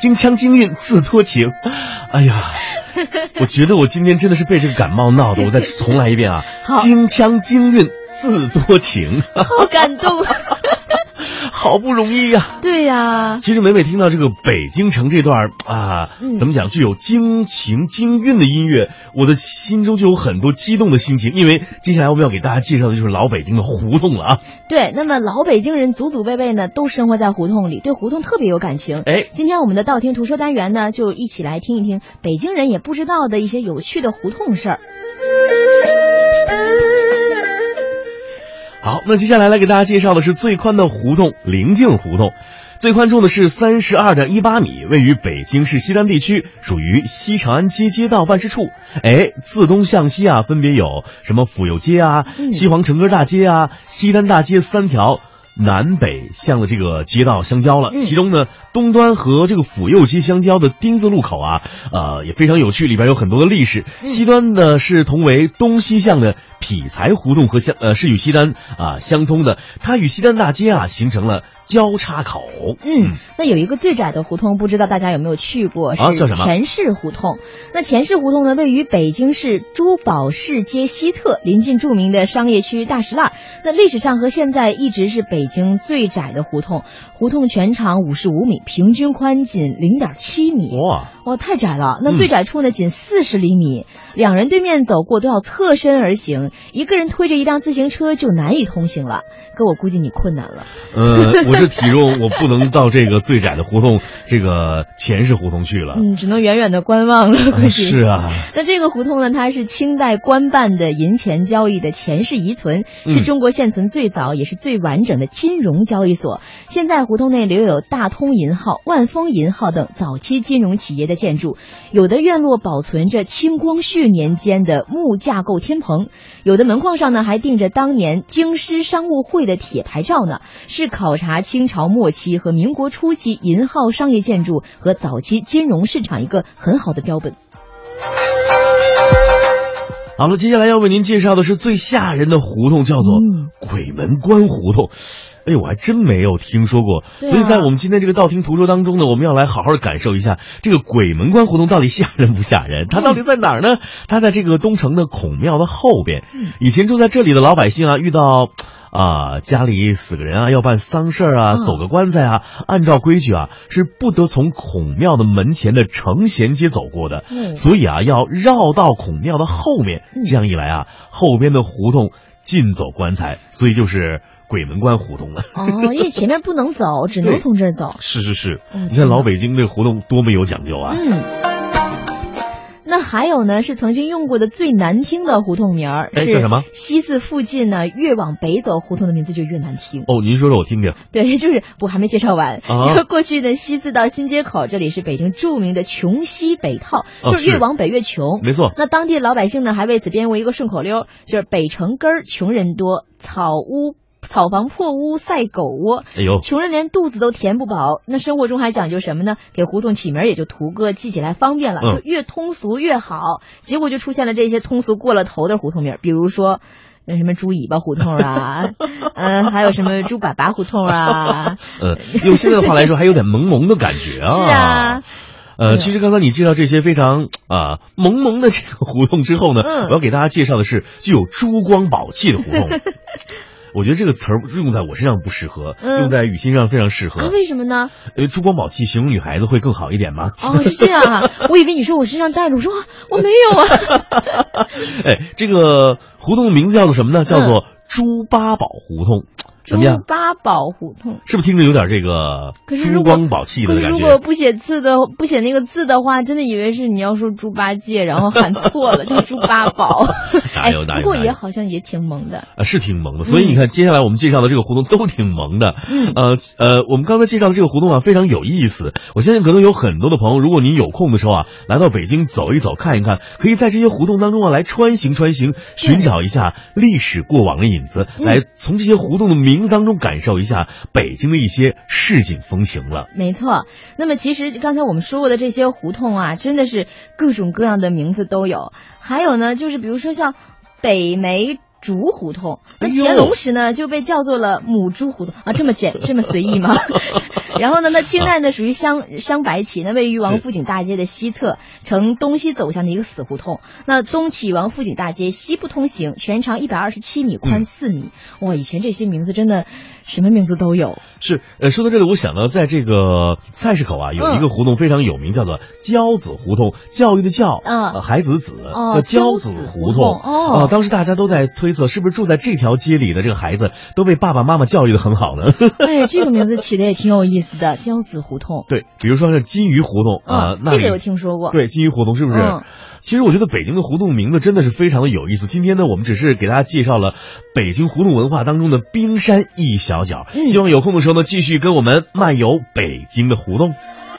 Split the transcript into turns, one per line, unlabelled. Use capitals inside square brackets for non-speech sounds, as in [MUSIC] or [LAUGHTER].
京腔京韵，字多情。哎
[LAUGHS]
呀，我觉得我今天真的是被这个感冒闹的。我再重来一遍啊
[LAUGHS] 好，
京腔京韵，字多
[LAUGHS]
情，
好感动。
好不容易呀、
[LAUGHS] 对呀、
其实每每听到这个北京城这段儿啊
嗯，
怎么讲具有京情京韵的音乐，我的心中就有很多激动的心情，因为接下来我们要给大家介绍的就是老北京的胡同了啊。
对。那么老北京人祖祖辈辈呢，都生活在胡同里，对胡同特别有感情。
哎，
今天我们的道听途说单元呢，就一起来听一听北京人也不知道的一些有趣的胡同事儿。
好，那接下来来给大家介绍的是最宽的胡同——临静胡同。最宽处呢是三十二点一八米，位于北京市西单地区，属于西长安街街道办事处。哎，自东向西啊，分别有什么府右街啊、
嗯
西皇城歌大街啊、西单大街三条南北向的这个街道相交了。
嗯
其中呢，东端和这个府右街相交的丁字路口啊，呃，也非常有趣，里边有很多的历史。
嗯
西端呢是同为东西向的匹才胡同和相呃是与西单啊、相通的，它与西单大街啊形成了交叉口。
嗯，那有一个最窄的胡同，不知道大家有没有去过？
啊
是
叫什么
前市胡同。那前市胡同呢，位于北京市珠宝市街西侧，临近著名的商业区大石栏儿。那历史上和现在一直是北京最窄的胡同，胡同全长五十五米，平均宽仅零点七米。
哇，
哇，太窄了！那最窄处呢，仅四十厘米，两人对面走过都要侧身而行，一个人推着一辆自行车就难以通行了。哥，我估计你困难了。
呃，我这体重我不能到这个最窄的胡同，这个前市胡同去了。
嗯，只能远远的观望了，估计、
啊是。啊，
那这个胡同呢，它是清代官办的银钱交易的前世遗存，
嗯
是中国现存最早也是最完整的金融交易所。现在胡同内留有大通银号、万丰银号等早期金融企业的建筑，有的院落保存着清光绪年间的木架构天棚，有的门框上呢还钉着当年京师商务会的铁牌照呢，是考察清朝末期和民国初期银号商业建筑和早期金融市场一个很好的标本。
好了，接下来要为您介绍的是最吓人的胡同，叫做
嗯
鬼门关胡同。哎，我还真没有听说过，
对啊
所以在我们今天这个道听途说当中呢，我们要来好好地感受一下这个鬼门关胡同到底吓人不吓人？它到底在哪儿呢？它在这个东城的孔庙的后边
嗯。
以前住在这里的老百姓啊，遇到。啊，家里死个人啊，要办丧事儿啊，
嗯
走个棺材啊，按照规矩啊，是不得从孔庙的门前的承贤街走过的。
嗯
所以啊，要绕到孔庙的后面
嗯，
这样一来啊，后边的胡同尽走棺材，所以就是鬼门关胡
[LAUGHS]
同了。
哦，因为前面不能走，只能
对
从这儿走。
是是是，
嗯
你看老北京这胡同多么有讲究啊！
嗯。那还有呢，是曾经用过的最难听的胡同名儿，
哎
是
叫什么
西四附近呢，越往北走，胡同的名字就越难听。
哦，您说说我听听。
对，就是我还没介绍完。
啊
这个过去的西四到新街口，这里是北京著名的穷西北套，
哦
就是越
是
往北越穷。
没错，
那当地老百姓呢，还为此编过一个顺口溜儿，就是北城根儿穷人多，草屋草房破屋赛狗窝，
哎呦，
穷人连肚子都填不饱，那生活中还讲究什么呢？给胡同起名儿也就图个记起来方便了，
嗯
就越通俗越好。结果就出现了这些通俗过了头的胡同名儿，比如说。呃什么猪尾巴胡
[LAUGHS]
同啊，嗯、还有什么猪粑粑胡同啊，
呃，用现在的话来说，还有点朦胧的感觉啊。
[LAUGHS] 是啊。
呃，其实刚才你介绍这些非常啊、朦胧的这个胡同之后呢，
嗯
我要给大家介绍的是具有珠光宝气的胡
[LAUGHS]
同。我觉得这个词儿用在我身上不适合，
嗯
用在雨欣上非常适合。
啊，为什么呢？
呃，珠光宝气形容女孩子会更好一点吗？
哦，是这样
[LAUGHS]
啊，我以为你说我身上带着，我说啊我没有啊。
哎，这个胡同的名字叫做什么呢？叫
嗯
做猪八宝胡同，
猪
[LAUGHS] 怎么样？
八宝胡同，
是不是听着有点这个
可是如
珠
果
光宝气
可
的
是
感
如
觉
果？不写字的不写那个字的话，真的以为是你要说猪八戒，然后喊错了，叫猪八宝。
哎哪有哪有
哎不过
哪
也
有
好像也挺萌的。
啊，是挺萌的，所以你看，接下来我们介绍的这个胡同都挺萌的。
嗯
呃呃，我们刚才介绍的这个胡同啊，非常有意思。我相信可能有很多的朋友，如果您有空的时候啊，来到北京走一走、看一看，可以在这些胡同当中啊来穿行穿行，寻找一下历史过往的影子，
嗯
来从这些胡同的名字当中感受一下北京的一些市井风情了。
没错，那么其实刚才我们说过的这些胡同啊，真的是各种各样的名字都有。还有呢，就是比如说像北梅竹胡同。
哎
那
呦
乾隆时呢就被叫做了母猪胡同啊，这么
[LAUGHS]
简这么随意吗？ [LAUGHS] 然后呢，那清代呢属于镶镶白旗，那位于王
啊是
府井大街的西侧，呈东西走向的一个死胡同。那东起王府井大街，西不通行，全长一百二十七米，宽四米。哇，以前这些名字真的什么名字都有。
是，呃，说到这里，我想到在这个菜市口啊，有一
嗯
个胡同非常有名，叫做教子胡同，教育的教，
嗯
呃孩子的子，
哦
叫教
教
子
子
胡
胡
同。
同哦
啊当时大家都在推测，是不是住在这条街里的这个孩子都被爸爸妈妈教育的很好呢？ [LAUGHS]
哎，这个名字起的也挺有意思的，交子胡同。
对，比如说是金鱼胡同啊、
嗯，
那
这
里
个有听说过。
对，金鱼胡同是不是？
嗯
其实我觉得北京的胡同名字真的是非常的有意思。今天呢，我们只是给大家介绍了北京胡同文化当中的冰山一小角，
嗯
希望有空的时候呢，继续跟我们漫游北京的胡同。